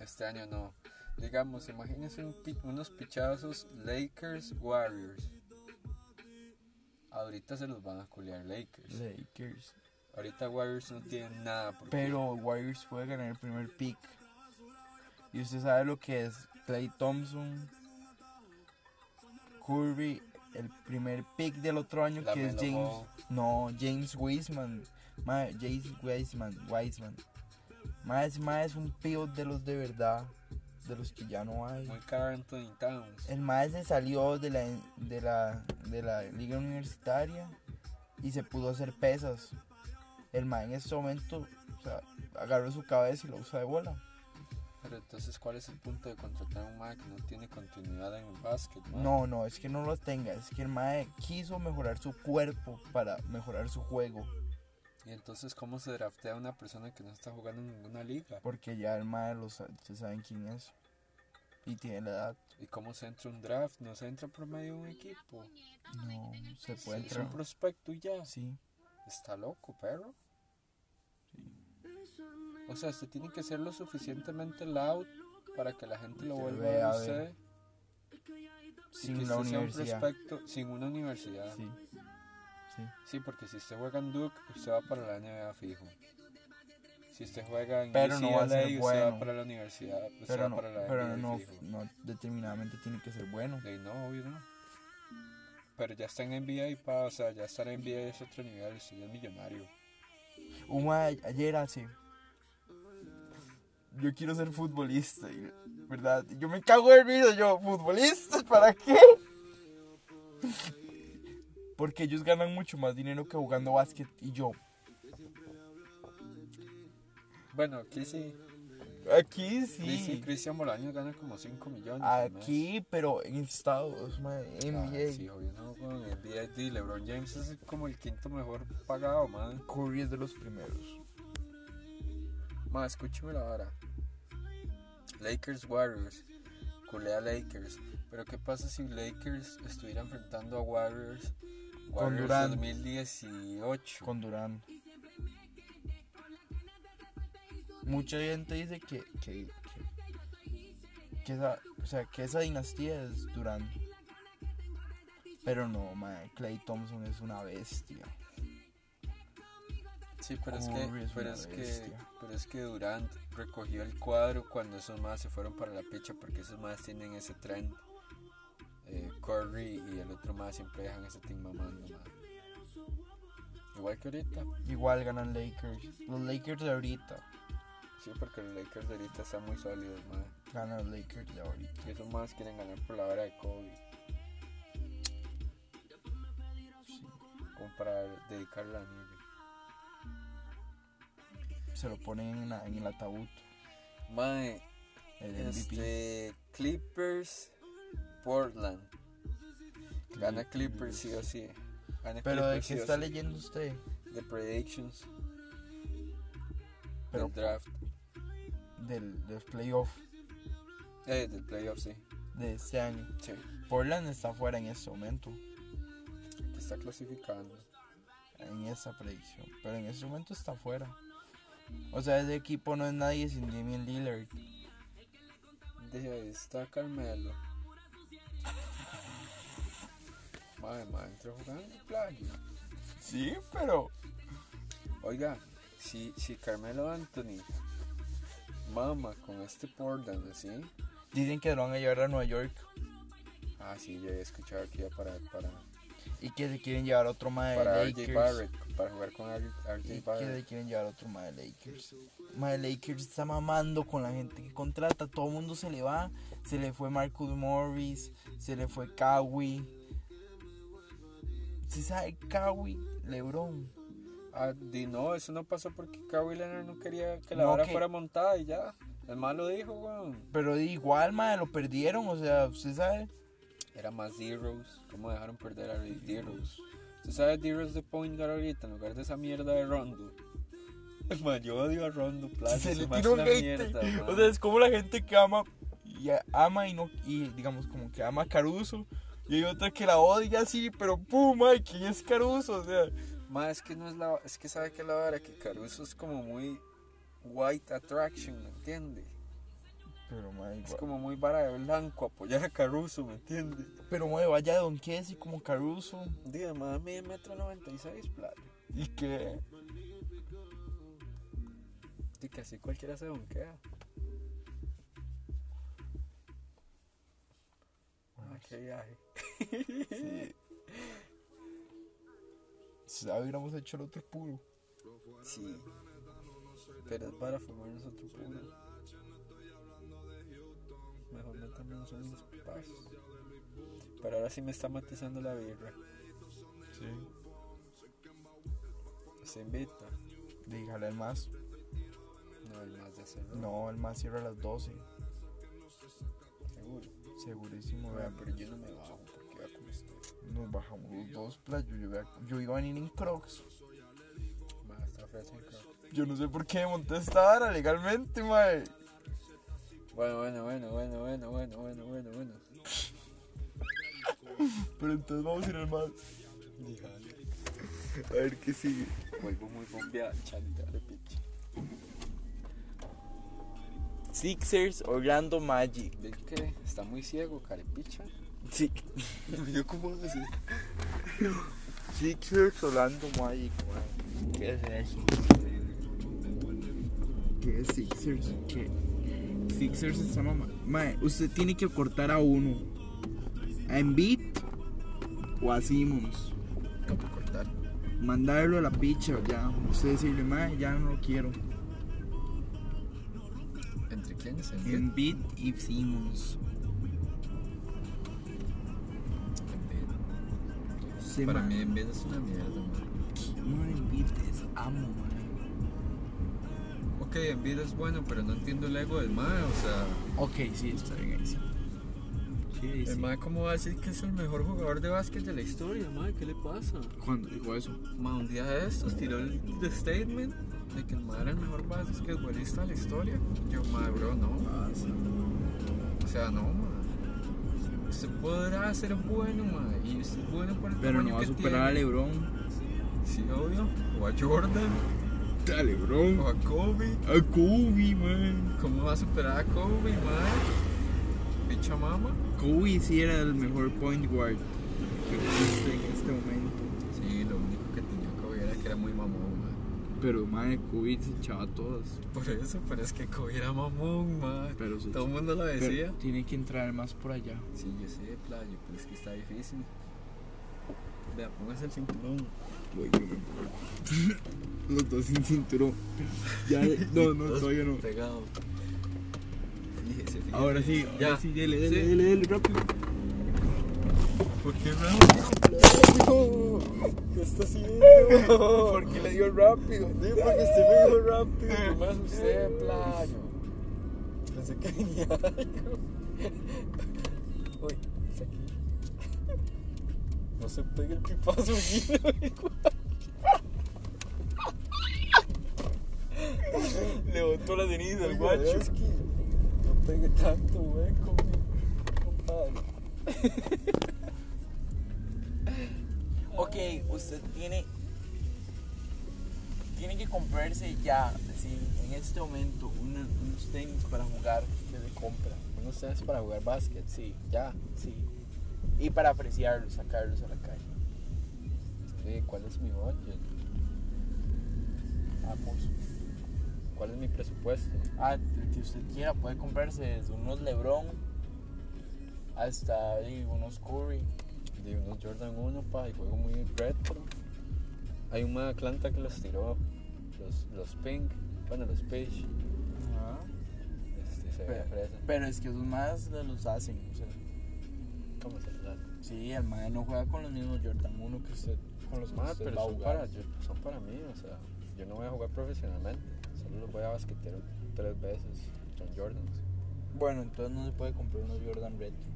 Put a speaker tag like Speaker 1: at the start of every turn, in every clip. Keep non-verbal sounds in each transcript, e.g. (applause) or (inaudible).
Speaker 1: este año no. Digamos, imagínense un pi- unos pichazos Lakers Warriors. Ahorita se los van a culear Lakers.
Speaker 2: Lakers.
Speaker 1: Ahorita Warriors no tienen nada porque
Speaker 2: Pero Warriors puede ganar el primer pick. Y usted sabe lo que es Clay Thompson, Curry, el primer pick del otro año que es
Speaker 1: LaMelo
Speaker 2: James.
Speaker 1: Ball.
Speaker 2: No, James Wiseman. Ma, James Wiseman, Wiseman. Más, más es un pivot de los de verdad, de los que ya no hay.
Speaker 1: muy caro Anthony Towns.
Speaker 2: El maestro salió de la, de, la, de la liga universitaria y se pudo hacer pesas. El mae en este momento o sea, agarró su cabeza y la usa de bola.
Speaker 1: Ah. Pero entonces, ¿cuál es el punto de contratar a un man que no tiene continuidad en el básquet? man?
Speaker 2: No, no, es que no lo tenga, es que el mae quiso mejorar su cuerpo para mejorar su juego.
Speaker 1: Y entonces, ¿cómo se draftea una persona que no está jugando en ninguna liga?
Speaker 2: Porque ya el mae lo sa- ya saben quién es. Y tiene la edad.
Speaker 1: ¿Y cómo se entra un draft? No se entra por medio de un equipo.
Speaker 2: No se
Speaker 1: Se-
Speaker 2: puede
Speaker 1: Es un
Speaker 2: entrar.
Speaker 1: prospecto y ya.
Speaker 2: Sí.
Speaker 1: Está loco, perro. O sea, usted tiene que ser lo suficientemente loud para que la gente lo
Speaker 2: Que
Speaker 1: vuelva
Speaker 2: vea,
Speaker 1: a
Speaker 2: a ver.
Speaker 1: ver. usted. Y que
Speaker 2: Sin la
Speaker 1: usted sea un
Speaker 2: universidad.
Speaker 1: prospecto sin una universidad. Sí.
Speaker 2: Sí. Sí.
Speaker 1: porque si usted juega en Duke, usted va para la NBA fijo. Si usted juega en
Speaker 2: Pero no va a
Speaker 1: UCLA,
Speaker 2: ser
Speaker 1: usted
Speaker 2: bueno.
Speaker 1: va para la universidad. Usted
Speaker 2: Pero
Speaker 1: va
Speaker 2: no,
Speaker 1: para la
Speaker 2: pero
Speaker 1: NBA
Speaker 2: no,
Speaker 1: fijo.
Speaker 2: no determinadamente tiene que ser bueno.
Speaker 1: De ahí no, obvio no. Pero ya está en NBA y pa, o sea, ya está en NBA es otro nivel, usted ya es millonario.
Speaker 2: Un mae ayer hace. Yo quiero ser futbolista, y- ¿verdad? Y Yo me cago de risa, yo, ¿futbolista? ¿Para qué? Porque ellos ganan mucho más dinero que jugando básquet y yo.
Speaker 1: Bueno, aquí sí.
Speaker 2: Aquí
Speaker 1: Dice
Speaker 2: sí.
Speaker 1: Cristian Bolaños gana como 5 millones. al mes.
Speaker 2: Aquí, pero en Estados, mae,
Speaker 1: Ah, sí,
Speaker 2: NBA.
Speaker 1: obvio, no, weón, en NBA di, LeBron James es como el quinto mejor pagado, man.
Speaker 2: Curry es de los primeros.
Speaker 1: Más, escúcheme la vara. Lakers Warriors. Culea Lakers. Pero qué pasa si Lakers estuviera enfrentando a Warriors. Warriors
Speaker 2: Durant.
Speaker 1: 2018.
Speaker 2: Con Durán. Mucha gente dice que, que, que- que esa, o sea, que esa dinastía es Durán. Pero no, mae, Clay Thompson es una bestia.
Speaker 1: Sí, pero es
Speaker 2: Curry
Speaker 1: que,
Speaker 2: es
Speaker 1: pero
Speaker 2: una
Speaker 1: es que,
Speaker 2: bestia.
Speaker 1: pero es que Durant recogió el cuadro cuando esos más se fueron para la picha porque esos más tienen ese trend. Eh, Curry y el otro más siempre dejan ese team mamando, ma. Igual que ahorita.
Speaker 2: Igual ganan Lakers. Los Lakers de ahorita
Speaker 1: Sí, porque los Lakers de ahorita están muy sólidos, ma.
Speaker 2: ganan los Lakers de ahorita.
Speaker 1: Y esos más quieren ganar por la hora de Kobe. Como para dedicarle al anillo.
Speaker 2: Se lo ponen en, la- en el ataúd.
Speaker 1: Mae,
Speaker 2: El MVP.
Speaker 1: Este, Clippers, Portland. Gana Clippers sí o sí. Gana
Speaker 2: Pero de
Speaker 1: Clippers sí
Speaker 2: qué
Speaker 1: o
Speaker 2: está
Speaker 1: sí.
Speaker 2: leyendo usted.
Speaker 1: De predictions.
Speaker 2: Pero-
Speaker 1: del draft.
Speaker 2: Del, del playoff
Speaker 1: Eh, del playoff, sí.
Speaker 2: de este año.
Speaker 1: Sí.
Speaker 2: Portland está fuera en este momento.
Speaker 1: Aquí está clasificando.
Speaker 2: en esa predicción. Pero en este momento está fuera. O sea, ese equipo no es nadie sin Damian Lillard.
Speaker 1: De ahí está
Speaker 2: (laughs)
Speaker 1: Carmelo. Madre, madre, entró jugando en playa.
Speaker 2: Sí, pero.
Speaker 1: Oiga, si, si Carmelo Anthony mama con este Portland así.
Speaker 2: Dicen que lo van a llevar a Nueva York
Speaker 1: Ah, sí, yo he escuchado que iba para, para,
Speaker 2: y que se quieren llevar otro más de
Speaker 1: para RJ
Speaker 2: Lakers.
Speaker 1: Barrett, para jugar con
Speaker 2: Y
Speaker 1: RJ
Speaker 2: que
Speaker 1: Barrett.
Speaker 2: se quieren llevar otro más de Lakers. Más de Lakers está mamando con la gente que contrata. Todo el mundo se le va. Se le fue Marcus Morris. Se le fue Kawhi. Si sabe Kawhi, LeBron.
Speaker 1: Ah, di no, eso no pasó porque Kawhi Leonard no quería que la
Speaker 2: No,
Speaker 1: vara
Speaker 2: que-
Speaker 1: fuera montada y ya. El malo dijo, weón.
Speaker 2: Pero igual, madre, lo perdieron. O sea, usted sabe.
Speaker 1: Era más D-Rose. ¿Cómo dejaron perder a D-Rose? ¿Tú sabes D-Rose de Point Guard ahorita en lugar de esa mierda de Rondo? (laughs) Man, yo odio a Rondo, plata.
Speaker 2: se le
Speaker 1: Ah, me hace
Speaker 2: tira un
Speaker 1: una
Speaker 2: hate.
Speaker 1: mierda,
Speaker 2: o
Speaker 1: man.
Speaker 2: sea, es como la gente que ama y ama y no y digamos como que ama a Caruso y hay otra que la odia así, pero pum, ay, ¿quién es Caruso? O sea,
Speaker 1: Ma, es que no es la. Es que sabe que la vara que Caruso es como muy. White Attraction, ¿me entiende?
Speaker 2: Pero, mae,
Speaker 1: Es
Speaker 2: gua-
Speaker 1: como muy vara de blanco apoyar a Caruso, ¿me entiendes?
Speaker 2: pero, mae, vaya de Don Kessi como Caruso.
Speaker 1: Diga, más mide metro noventa y seis, playa.
Speaker 2: ¿Y qué?
Speaker 1: Y que así cualquiera se donquea. Ah, qué viaje.
Speaker 2: Sí. Si ya hubiéramos hecho el otro puro.
Speaker 1: Sí. Pero es para fumarnos otro puro. Mejor meternos unos pasos. Pero ahora sí me está matizando la birra.
Speaker 2: Sí.
Speaker 1: Se invita.
Speaker 2: Dígale al más.
Speaker 1: No, el más de hacerlo.
Speaker 2: No, el más cierra a las 12.
Speaker 1: Seguro.
Speaker 2: Segurísimo,
Speaker 1: Bueno,
Speaker 2: vea.
Speaker 1: pero yo no me bajo porque este vea cómo estoy.
Speaker 2: Nos bajamos los dos playos. Yo, vea- yo iba a venir en Crocs.
Speaker 1: Más está fresco.
Speaker 2: Yo no sé por qué monté esta vara legalmente, mae.
Speaker 1: Bueno, bueno, bueno, bueno, bueno, bueno, bueno, bueno, bueno.
Speaker 2: Pero entonces vamos a ir al más.
Speaker 1: Dígale. A ver qué sigue. Vuelvo muy bombeado, chante, dale pinche.
Speaker 2: Sixers Orlando Magic.
Speaker 1: ¿De qué? Está muy ciego, carepicha.
Speaker 2: Sí.
Speaker 1: (laughs) Yo cómo así.
Speaker 2: Sixers Orlando Magic, mae. ¿Qué es eso? ¿Qué es Sixers? ¿Qué? Sixers está mamá. Mae, usted tiene que cortar a uno. A Embiid o a Simmons.
Speaker 1: Capo cortar.
Speaker 2: Mandarlo a la picha ya. Usted decirle, mae, ya no lo quiero.
Speaker 1: ¿Entre quiénes? ¿En
Speaker 2: Embiid y Simmons. Sí,
Speaker 1: Para
Speaker 2: mae.
Speaker 1: mí en vez es una mierda, man.
Speaker 2: No, Embiid es amo, mae.
Speaker 1: Ok, en vida es bueno, pero no entiendo el ego del MAE, o sea.
Speaker 2: Ok, sí, está bien ahí, sí. Sí, ahí
Speaker 1: El
Speaker 2: sí.
Speaker 1: MAE, ¿cómo va a decir que es el mejor jugador de básquet de la historia, MAE? ¿Qué le pasa?
Speaker 2: ¿Cuándo dijo eso?
Speaker 1: Ma, un día de estos tiró el the statement de que el MAE era el mejor basquetbolista de la historia. Yo, MAE, bro, no.
Speaker 2: Ah, sí.
Speaker 1: O sea, no, MAE. Usted podrá ser bueno, MAE, y usted es bueno por el
Speaker 2: Pero
Speaker 1: tamaño
Speaker 2: no va a
Speaker 1: que
Speaker 2: superar a
Speaker 1: tiene.
Speaker 2: LeBron.
Speaker 1: Sí, obvio. O a Jordan,
Speaker 2: A LeBron.
Speaker 1: o a Kobe.
Speaker 2: A Kobe, man.
Speaker 1: ¿Cómo va a superar a Kobe, MAE? Picha mama.
Speaker 2: Kobe sí era el mejor point guard que existe en este momento.
Speaker 1: Sí, lo único que tenía Kobe era que era muy mamón, MAE.
Speaker 2: Pero, man, Kobe se echaba a todas.
Speaker 1: Por eso, pero es que Kobe era mamón, MAE.
Speaker 2: Pero se
Speaker 1: Todo el
Speaker 2: echaba-
Speaker 1: mundo lo
Speaker 2: Pero
Speaker 1: decía.
Speaker 2: tiene que entrar más por allá.
Speaker 1: Sí, yo sé, playo, pero es que está difícil. Vea, póngase el cinturón.
Speaker 2: Voy, yo me pongo. (laughs) Los dos sin cinturón. Ya, no, (laughs) no,
Speaker 1: Todos
Speaker 2: todavía no.
Speaker 1: Pegado. Fíjese, fíjese.
Speaker 2: Ahora sí, ahora
Speaker 1: Ya.
Speaker 2: sí, dele, dele,
Speaker 1: Sí.
Speaker 2: dele, dele, rápido.
Speaker 1: Ah, ¿Por qué rápido? (laughs) ¿Qué está haciendo? ¿Por qué le dio rápido? Dime porque se me dio (laughs) rápido. Más usted, playo. Pensé que venía (laughs) algo. Uy, es aquí. (laughs) No se pegue el pipazo, Guido.
Speaker 2: Le botó la ceniza
Speaker 1: Oiga, es que no pegue tanto hueco, mi compadre.
Speaker 2: Ok, usted tiene. Tiene que comprarse ya, sí, en este momento, una- unos tenis para jugar que se compra.
Speaker 1: Uno se hace para jugar básquet,
Speaker 2: Sí,
Speaker 1: ya.
Speaker 2: sí. Y para apreciarlos, sacarlos a la calle. Eh,
Speaker 1: Sí, ¿Cuál es mi budget?
Speaker 2: Vamos.
Speaker 1: ¿Cuál es mi presupuesto?
Speaker 2: Ah, el que usted quiera, puede comprarse desde unos Lebron hasta y, unos Curry.
Speaker 1: De unos Jordan 1, pa, y juego muy retro. Hay una Atlanta que los tiró, los, los Pink, bueno, los Page. Este, se veía
Speaker 2: Pero,
Speaker 1: fresa.
Speaker 2: pero es que esos más los hacen. O sea,
Speaker 1: ¿Cómo se trata?
Speaker 2: sí, el mae no juega con los mismos Jordan 1 que usted. Con los que
Speaker 1: Más,
Speaker 2: usted
Speaker 1: pero
Speaker 2: va a
Speaker 1: son
Speaker 2: jugar.
Speaker 1: para, yo- son para mí, o sea, yo no voy a jugar profesionalmente, solo los voy a basquetear tres veces con Jordans.
Speaker 2: Bueno, entonces no se puede comprar unos Jordan Retro.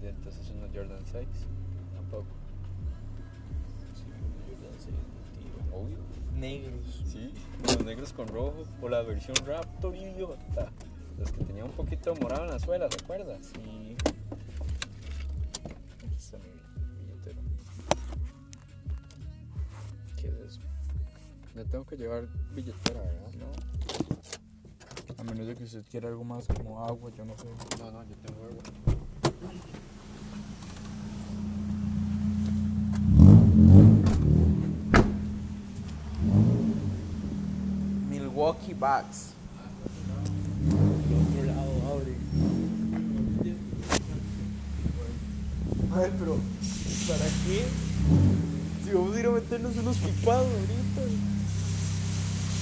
Speaker 1: Y entonces unos Jordan 6, tampoco.
Speaker 2: Sí, unos Jordan 6, mentira.
Speaker 1: Obvio.
Speaker 2: Negros.
Speaker 1: Sí, los negros con rojo, o la versión Raptor, idiota. Los que tenían un poquito de morado en la suela, ¿te acuerdas?
Speaker 2: Sí. Aquí está mi billetero.
Speaker 1: ¿Qué es eso? No tengo que llevar billetera, ¿verdad?
Speaker 2: No. A menos de que usted quiera algo más como agua, yo no sé.
Speaker 1: No, no, yo tengo agua.
Speaker 2: Milwaukee Bucks. Ay, pero, ¿para qué? Si vamos a ir a meternos unos pipados ahorita.